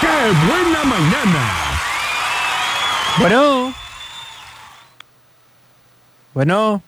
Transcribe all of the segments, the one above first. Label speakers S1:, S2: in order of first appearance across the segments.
S1: ¡Qué buena mañana!
S2: Bueno. Bueno.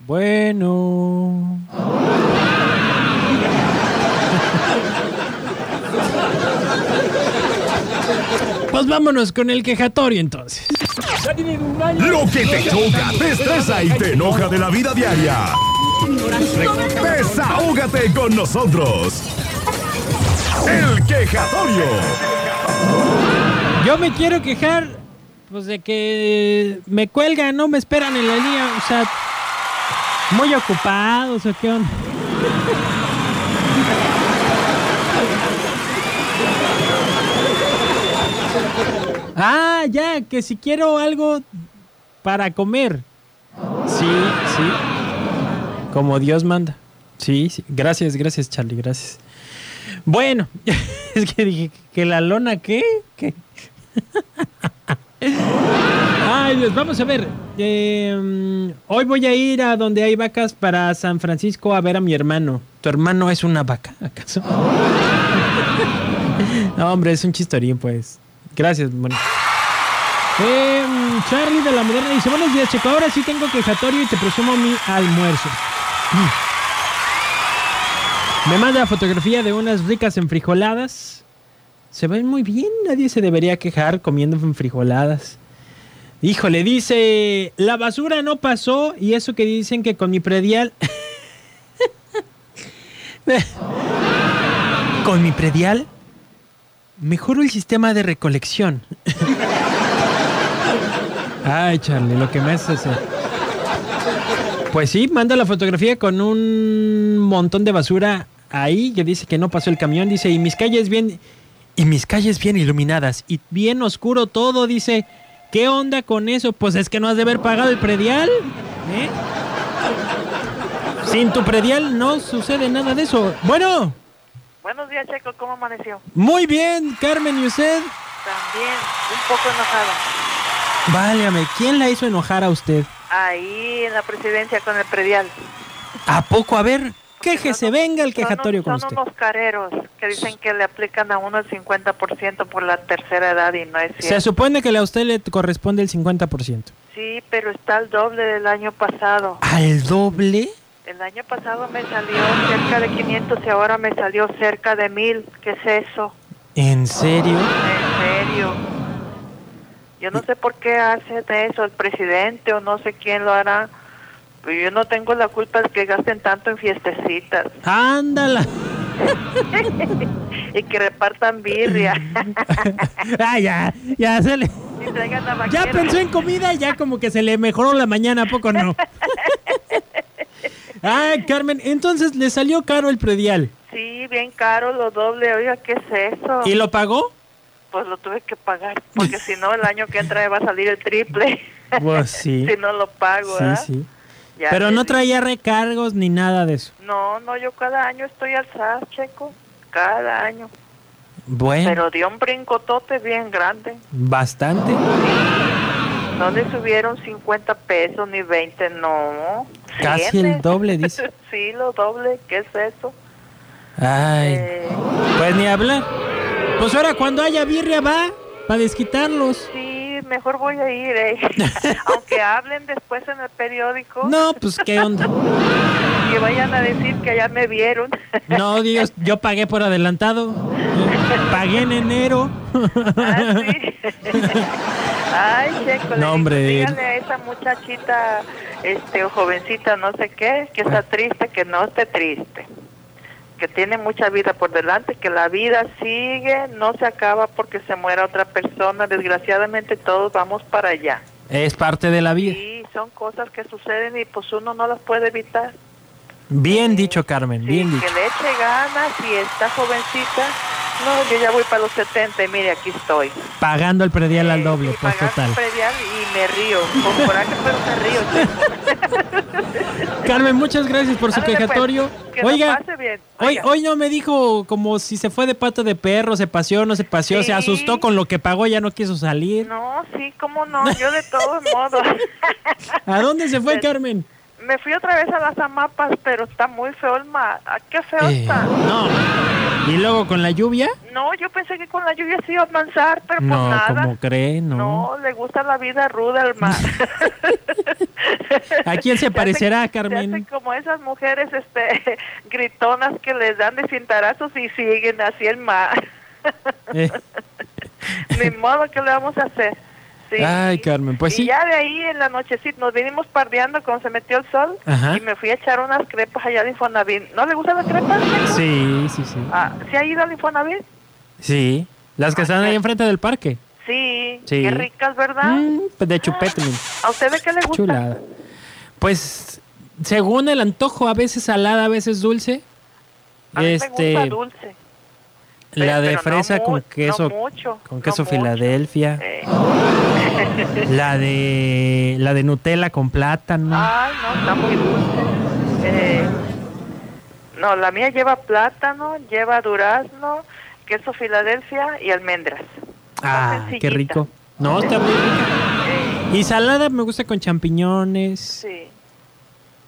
S2: Bueno. Pues vámonos con el quejatorio entonces.
S1: Lo que te choca, te estresa y te enoja de la vida diaria. Desahógate con nosotros. El quejatorio.
S2: Yo me quiero quejar, pues de que me cuelgan, no me esperan en la línea, o sea, muy ocupados o qué onda. Ah, ya, que si quiero algo para comer. Sí, sí. Como Dios manda. Sí, sí. Gracias, gracias, Charlie, gracias. Bueno, es que dije que la lona qué? ¿Qué? Ay, Dios, vamos a ver. Eh, hoy voy a ir a donde hay vacas para San Francisco a ver a mi hermano. ¿Tu hermano es una vaca, acaso? no, hombre, es un chistorín, pues. Gracias, bueno. Eh, Charlie de la Moderna dice, buenos días, Checo. Ahora sí tengo quejatorio y te presumo mi almuerzo. Mm. Me manda fotografía de unas ricas enfrijoladas. Se ven muy bien, nadie se debería quejar comiendo enfrijoladas. Híjole, dice, la basura no pasó y eso que dicen que con mi predial... con mi predial mejoro el sistema de recolección. Ay, Charlie, lo que me haces eh. hacer. Pues sí, manda la fotografía con un montón de basura ahí que dice que no pasó el camión, dice, y mis calles bien y mis calles bien iluminadas y bien oscuro todo, dice, ¿qué onda con eso? Pues es que no has de haber pagado el predial, ¿eh? Sin tu predial no sucede nada de eso. Bueno,
S3: Buenos días, Checo. ¿Cómo amaneció?
S2: muy bien, Carmen y usted.
S3: También, un poco enojada.
S2: Válgame, ¿quién la hizo enojar a usted?
S3: Ahí en la presidencia con el predial.
S2: ¿A poco? A ver,
S3: Porque
S2: quéjese,
S3: son-
S2: venga el
S3: son un-
S2: quejatorio con
S3: Son
S2: usted.
S3: unos careros que dicen que le aplican a uno el 50% por la tercera edad y no es
S2: Se
S3: cierto.
S2: supone que a usted le corresponde el 50%.
S3: Sí, pero está al doble del año pasado.
S2: ¿Al doble?
S3: El año pasado me salió cerca de 500 y ahora me salió cerca de 1000. ¿Qué es eso?
S2: ¿En serio?
S3: En serio. Yo no sé por qué hacen eso el presidente o no sé quién lo hará. Pero yo no tengo la culpa de que gasten tanto en fiestecitas
S2: Ándala.
S3: y que repartan birria
S2: ah, ya, ya se le...
S3: y traigan la
S2: Ya
S3: vaquera.
S2: pensó en comida y ya como que se le mejoró la mañana, ¿a poco no? ah, Carmen, entonces le salió caro el predial.
S3: Sí, bien caro, lo doble. Oiga, ¿qué es eso?
S2: ¿Y lo pagó?
S3: Pues lo tuve que pagar porque si no el año que entra me va a salir el triple.
S2: Pues sí.
S3: si no lo pago,
S2: Sí,
S3: ¿verdad?
S2: sí.
S3: Ya
S2: Pero
S3: le
S2: no
S3: di-
S2: traía recargos ni nada de eso.
S3: No, no, yo cada año estoy alzada, checo. Cada año.
S2: Bueno,
S3: Pero dio un brincotote bien grande.
S2: bastante.
S3: No le subieron 50 pesos ni 20, no.
S2: Casi
S3: ¿Cienes?
S2: el doble, dice.
S3: sí, lo doble, ¿qué es eso?
S2: Ay.
S3: Eh,
S2: Pues ni hablar. Pues ahora cuando haya birria va para desquitarlos.
S3: sí, mejor voy a ir, eh. aunque hablen después en el periódico
S2: No, pues qué onda.
S3: que vayan a decir que ya me vieron.
S2: No, Dios, yo pagué por adelantado. Pagué en enero.
S3: Ah, sí. Ay, checo, le
S2: No, hombre.
S3: digo, dígale a esa muchachita, este, o jovencita, no sé qué, que
S2: Ah.
S3: está triste, que no esté triste, que tiene mucha vida por delante, que la vida sigue, no se acaba porque se muera otra persona, desgraciadamente todos vamos para allá.
S2: Es parte de la vida.
S3: Y son cosas que suceden y pues uno no las puede evitar.
S2: Bien dicho, Carmen,
S3: Sí,
S2: bien
S3: que
S2: dicho.
S3: le eche ganas y está jovencita, no, yo ya voy para los 70 y mire, aquí estoy.
S2: Pagando el predial al
S3: Eh,
S2: doble,
S3: sí,
S2: pues
S3: pagar
S2: total.
S3: predial y me río. Con coraje, pero me río. chico.
S2: Carmen, muchas gracias por su
S3: Ándale, pues,
S2: quejatorio.
S3: que la
S2: Oiga,
S3: pase bien.
S2: hoy,
S3: Oiga,
S2: hoy no me dijo como si se fue de pato de perro, se paseó, no se paseó,
S3: Sí.
S2: se asustó con lo que pagó, ya no quiso salir.
S3: No, sí, cómo no. Yo de todos modos.
S2: ¿A dónde se fue,
S3: Del-
S2: Carmen?
S3: me fui otra vez a las amapas, pero está muy feo el mar. Ah, ¿Qué feo
S2: Eh,
S3: está?
S2: no, ¿Y luego con la lluvia?
S3: No, yo pensé que con la lluvia se iba a avanzar, pero pues
S2: No,
S3: nada.
S2: como cree, no.
S3: No, le gusta la vida ruda al mar.
S2: ¿A quién se
S3: hace-
S2: parecerá, Carmen?
S3: hace como esas mujeres este, gritonas que les dan de cintarazos y siguen así el mar.
S2: Eh,
S3: Ni modo, ¿qué le vamos a hacer? Sí.
S2: Ay, Carmen, pues
S3: y
S2: sí.
S3: ya de ahí en la nochecita nos vinimos pardeando cuando se metió el sol
S2: Ajá.
S3: y me fui a echar unas crepas allá de Infonavit. ¿No le gustan las crepas?
S2: Sí, sí, sí.
S3: Ah, ¿Se ha ido al Infonavit?
S2: Sí. Las que están ahí enfrente del parque.
S3: Sí,
S2: Sí.
S3: Qué ricas, ¿verdad?
S2: Mm, pues de chupete. miren.
S3: ¿A ustedes qué les gusta?
S2: Chulada. Pues según el antojo, a veces salada, a veces dulce.
S3: A mí me gusta dulce. pe-
S2: Este, la de
S3: pero no
S2: fresa
S3: mu-
S2: con
S3: no
S2: queso
S3: mucho,
S2: con
S3: no
S2: queso
S3: mucho.
S2: Filadelfia.
S3: Eh,
S2: La de la de Nutella con plátano.
S3: Ay, no, está muy dulce. Eh, no, la mía lleva plátano, lleva durazno, queso Filadelfia y almendras. está
S2: ah, qué
S3: sencillita.
S2: rico. No, está muy rica.
S3: Eh,
S2: Y salada me gusta con champiñones,
S3: sí.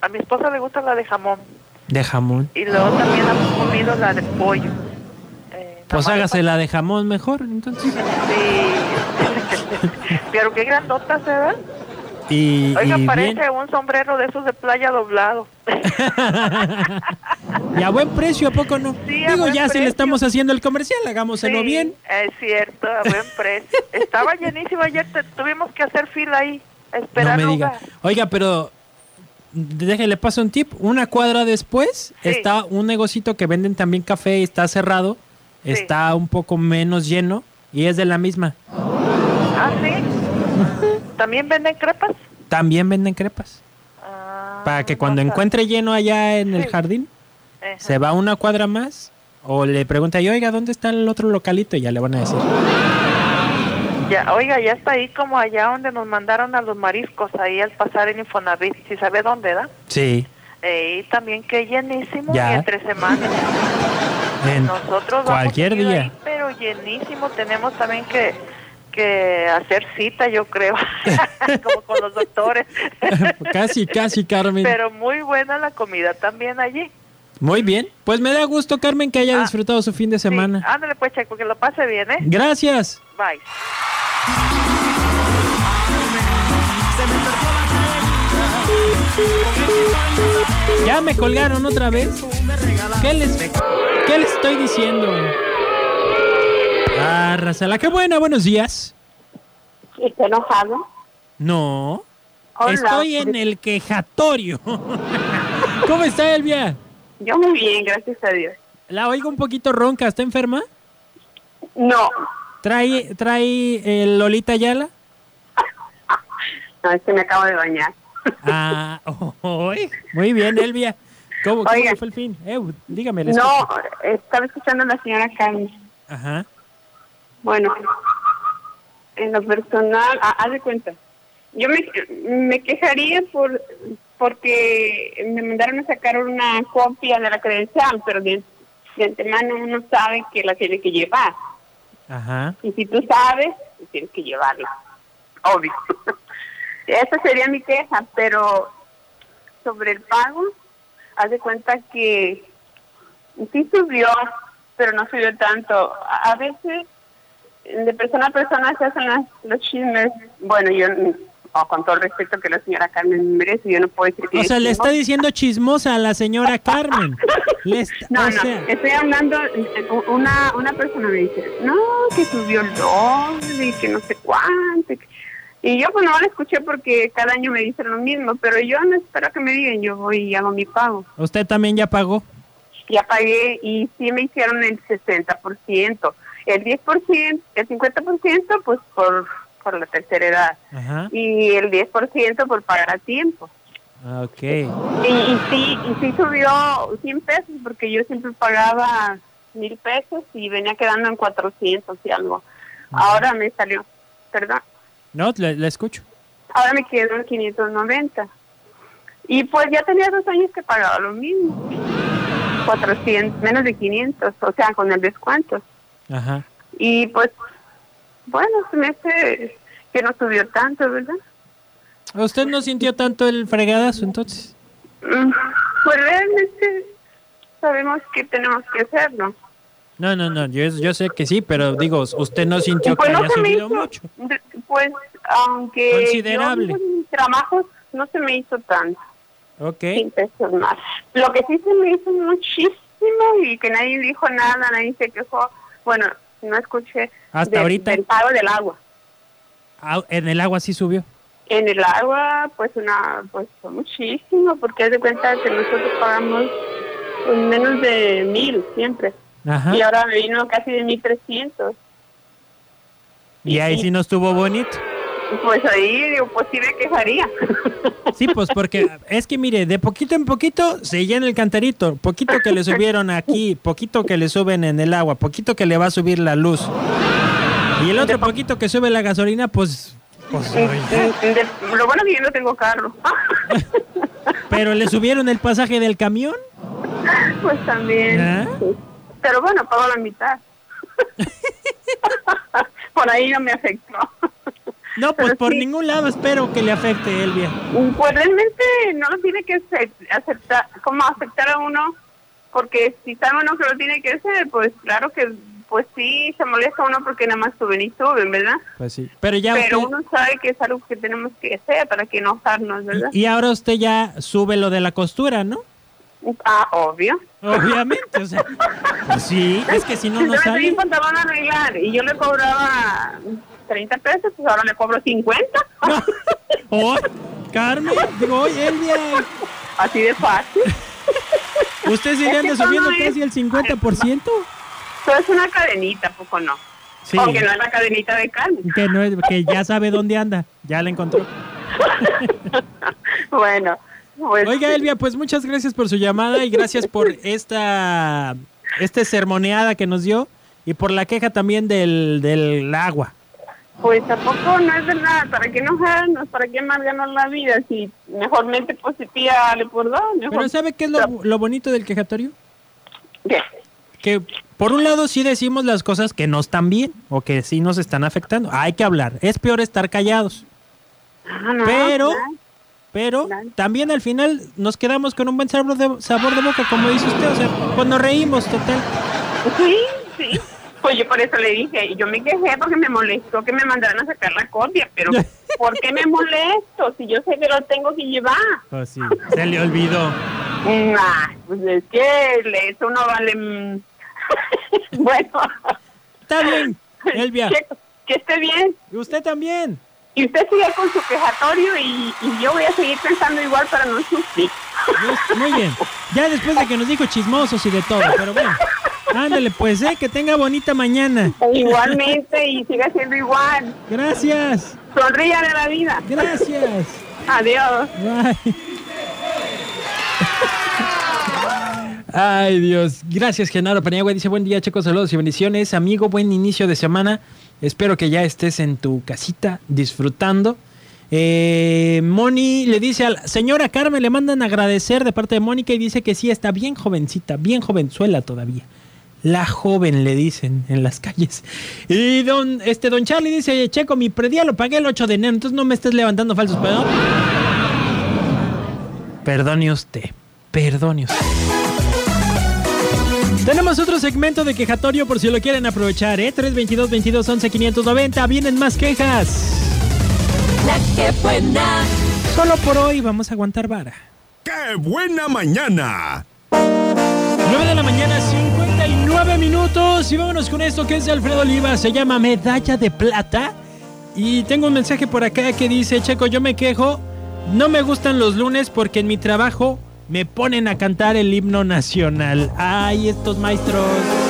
S3: A mi esposa le gusta la de jamón
S2: de jamón.
S3: y luego también ha comido la de pollo. Eh,
S2: Pues
S3: nomás le
S2: hágase la de jamón mejor, entonces.
S3: falta- Sí. Pero qué grandota se ve.
S2: Y,
S3: Oiga,
S2: y
S3: parece
S2: bien.
S3: un sombrero de esos de playa doblado.
S2: Y a buen precio, ¿a poco no?
S3: Sí, a
S2: Digo,
S3: buen
S2: ya si le
S3: precio.
S2: estamos haciendo el comercial, hagámoselo
S3: Sí,
S2: bien.
S3: Es cierto, a buen precio. Estaba llenísimo ayer, te- tuvimos que hacer fila ahí, a
S2: No
S3: esperar
S2: me diga.
S3: lugar.
S2: Oiga, pero déjele paso un tip. Una cuadra después
S3: Sí.
S2: está un negocito que venden también café y está cerrado.
S3: Sí.
S2: Está un poco menos lleno y es de la misma.
S3: Ah, sí. ¿También venden crepas?
S2: También venden crepas.
S3: Ah,
S2: Para que cuando
S3: no Eh, sab-
S2: encuentre lleno allá en el
S3: Sí.
S2: jardín,
S3: Ajá.
S2: se va una cuadra más o le pregunta, y, oiga, ¿dónde está el otro localito? Y ya le van a decir.
S3: Ya, oiga, ya está ahí como allá donde nos mandaron a los mariscos, ahí al pasar en Infonavit, si sabe dónde, ¿da?
S2: Sí.
S3: Eh, y también que llenísimo
S2: Ya.
S3: y entre semanas.
S2: en
S3: Nosotros vamos
S2: cualquier
S3: seguido
S2: día.
S3: ahí, pero llenísimo, tenemos también que, que hacer cita, yo creo, como con los doctores.
S2: casi, casi, Carmen.
S3: Pero muy buena la comida también allí.
S2: Muy bien. Pues me da gusto, Carmen, que haya
S3: Ah,
S2: disfrutado su fin de
S3: Sí,
S2: semana.
S3: ándale pues, Checo, que lo pase bien, ¿eh?
S2: Gracias.
S3: Bye.
S2: Ya me colgaron otra vez. ¿Qué les, qué les estoy diciendo? Ah, Razala, qué buena, buenos días.
S4: ¿Está enojado?
S2: No,
S4: Hola.
S2: estoy en el quejatorio. ¿Cómo está Elvia?
S4: Yo muy bien, gracias a Dios.
S2: La oigo un poquito ronca, ¿está enferma?
S4: No,
S2: ¿Trae, trae el Lolita Ayala?
S4: no, es que me acabo de bañar.
S2: Ah, uy, muy bien, Elvia. ¿Cómo, cómo
S4: Oiga.
S2: le fue el fin? Eh, dígame. le
S4: No,
S2: escucho.
S4: estaba escuchando a la señora Carmen.
S2: este, Ajá.
S4: Bueno, en lo personal, ah, haz de cuenta. Yo me, me quejaría por porque me mandaron a sacar una copia de la credencial, pero de, de antemano uno sabe que la tiene que llevar.
S2: Ajá.
S4: Y si tú sabes, pues tienes que llevarla. Obvio. Esa sería mi queja, pero sobre el pago, haz de cuenta que sí subió, pero no subió tanto. A a veces, de persona a persona se hacen las- los chismes. Bueno, yo, o con todo el respeto que la señora Carmen merece, yo Este, no puedo decir que
S2: O sea, le
S4: es
S2: está diciendo chismosa a la señora Carmen. Le está-
S4: no,
S2: o
S4: no,
S2: sea,
S4: estoy hablando, eh, una, una persona me dice, no, que subió el doble y que no sé cuánto. y que- Y yo pues no lo escuché porque cada año me dicen lo mismo, pero yo no espero que me digan, yo voy y hago mi pago.
S2: usted también ya pagó.
S4: Ya pagué y sí me hicieron el 60%, el 10%, el 50% pues por, por la tercera edad
S2: Ajá.
S4: y el 10% por pagar a tiempo.
S2: Ah, Ok.
S4: Y, y sí, y sí subió 100 pesos porque yo siempre pagaba mil pesos y venía quedando en 400 y algo. Ahora me salió, perdón,
S2: No, le, le escucho.
S4: ahora me quedo en 590. Y pues ya tenía dos años que pagaba lo mismo, 400, menos de 500, o sea, con el descuento.
S2: Ajá.
S4: Y pues, bueno, se me hace que no subió tanto, ¿verdad?
S2: ¿Usted no sintió tanto el fregadazo entonces?
S4: Mm, Pues realmente sabemos que tenemos que hacerlo.
S2: No, no, no, yo, yo sé que sí, pero digo, usted no sintió
S4: pues
S2: que
S4: no
S2: haya
S4: se me
S2: subido
S4: hizo,
S2: mucho.
S4: de- pues aunque yo
S2: Considerable.
S4: hice mis trabajos no se me hizo tanto,
S2: Ok,
S4: sin pesos más. Lo que sí se me hizo muchísimo y que nadie dijo nada, nadie se quejó, bueno, no escuché
S2: Hasta
S4: del-
S2: ahorita.
S4: del pago del agua.
S2: Au- en el agua sí subió.
S4: En el agua, pues una, pues fue muchísimo, porque haz de cuenta que nosotros pagamos pues, menos de mil siempre.
S2: Ajá.
S4: Y ahora me vino casi de mil trescientos.
S2: Y ahí sí no estuvo bonito.
S4: Pues ahí, digo, pues sí me quejaría.
S2: Sí, pues porque es que mire, de poquito en poquito se llena el cantarito. Poquito que le subieron aquí, poquito que le suben en el agua, poquito que le va a subir la luz. Y el otro poquito que sube la gasolina, pues. pues, oye.
S4: De- lo bueno es que yo no tengo carro.
S2: Pero le subieron el pasaje del camión.
S4: pues también.
S2: ¿Ah?
S4: sí. Pero bueno, pago la mitad. Por ahí no me afectó.
S2: No, pues
S4: Pero
S2: por
S4: sí.
S2: ningún lado espero que le afecte, Elvia.
S4: Pues realmente no lo tiene que ace- aceptar, como aceptar a uno, porque si sabe uno que lo tiene que hacer, pues claro que pues sí se molesta uno porque nada más suben y suben, ¿verdad?
S2: Pues sí. Pero ya
S4: Pero
S2: usted-
S4: uno sabe que es algo que tenemos que hacer para que enojarnos, ¿verdad?
S2: y, y ahora usted ya sube lo de la costura, ¿no?
S4: Ah, obvio.
S2: Obviamente, o sea. pues sí, es que si no,
S4: Si
S2: no
S4: yo me pedí
S2: sale.
S4: un pantalón a arreglar y yo le cobraba 30 pesos, pues ahora le cobro 50.
S2: No. Oh, Carmen, digo, oye, Elvia,
S4: Así de fácil.
S2: ¿usted se le
S4: Es que
S2: anda
S4: eso
S2: subiendo
S4: no ¿eh? es-
S2: casi el 50%?
S4: Eso es una cadenita, ¿a poco no.
S2: Sí,
S4: Aunque no es la cadenita de carne.
S2: que, no es- que ya sabe dónde anda, ya la encontró.
S4: bueno, pues.
S2: Oiga, Elvia, pues muchas gracias por su llamada y gracias por esta, esta sermoneada que nos dio y por la queja también del, del agua.
S4: Pues tampoco no es verdad, ¿para qué enojarnos? ¿Para qué amargarnos la vida? Si mejor mente positiva le por dos, mejor...
S2: Pero ¿sabe qué es lo, lo bonito del quejatorio?
S4: ¿Qué?
S2: que por un lado sí decimos las cosas que no están bien o que sí nos están afectando. Hay que hablar. Es peor estar callados.
S4: Ah, no,
S2: Pero-
S4: claro.
S2: Pero
S4: Claro.
S2: también al final nos quedamos con un buen sabor de, sabor de boca, como dice usted. O sea, pues nos reímos, total.
S4: Sí, sí. Pues yo por eso le dije, y yo me quejé porque me molestó que me mandaran a sacar la copia, pero ¿por qué me molesto si yo sé que lo tengo que llevar?
S2: Pues sí, se le olvidó.
S4: Nah, pues es que le- eso no vale... mm. bueno,
S2: Está bien, Elvia.
S4: que, que esté bien.
S2: Y usted también.
S4: Y usted siga con su quejatorio y, y yo voy a seguir pensando igual para no sufrir.
S2: Dios, Muy bien. Ya después de que nos dijo chismosos y de todo, pero bueno. Ándale, pues, eh, que tenga bonita mañana.
S4: Igualmente y siga siendo igual.
S2: Gracias,
S4: Sonríe a la vida.
S2: gracias.
S4: Adiós.
S2: Bye. Ay, Dios. Gracias, Genaro Paniagua. Dice, buen día, chicos. Saludos y bendiciones. Amigo, buen inicio de semana. Espero que ya estés en tu casita disfrutando. Eh, Moni le dice a la señora Carmen, le mandan agradecer de parte de Mónica y dice que sí, está bien jovencita, bien jovenzuela todavía. La joven le dicen en las calles. Y don, este, don Charlie dice, checo, mi predial lo pagué el 8 de enero, entonces no me estés levantando falsos, pero Perdone usted. Perdone usted. Tenemos otro segmento de quejatorio por si lo quieren aprovechar, ¿eh? 322 22 11 590. Vienen más quejas.
S5: La que buena.
S2: Solo por hoy vamos a aguantar vara.
S1: ¡Qué buena mañana!
S2: 9 de la mañana, 59 minutos. Y vámonos con esto que es de Alfredo Oliva. Se llama Medalla de Plata. Y tengo un mensaje por acá que dice, Checo, yo me quejo. No me gustan los lunes porque en mi trabajo me ponen a cantar el himno nacional. Ay, estos maestros.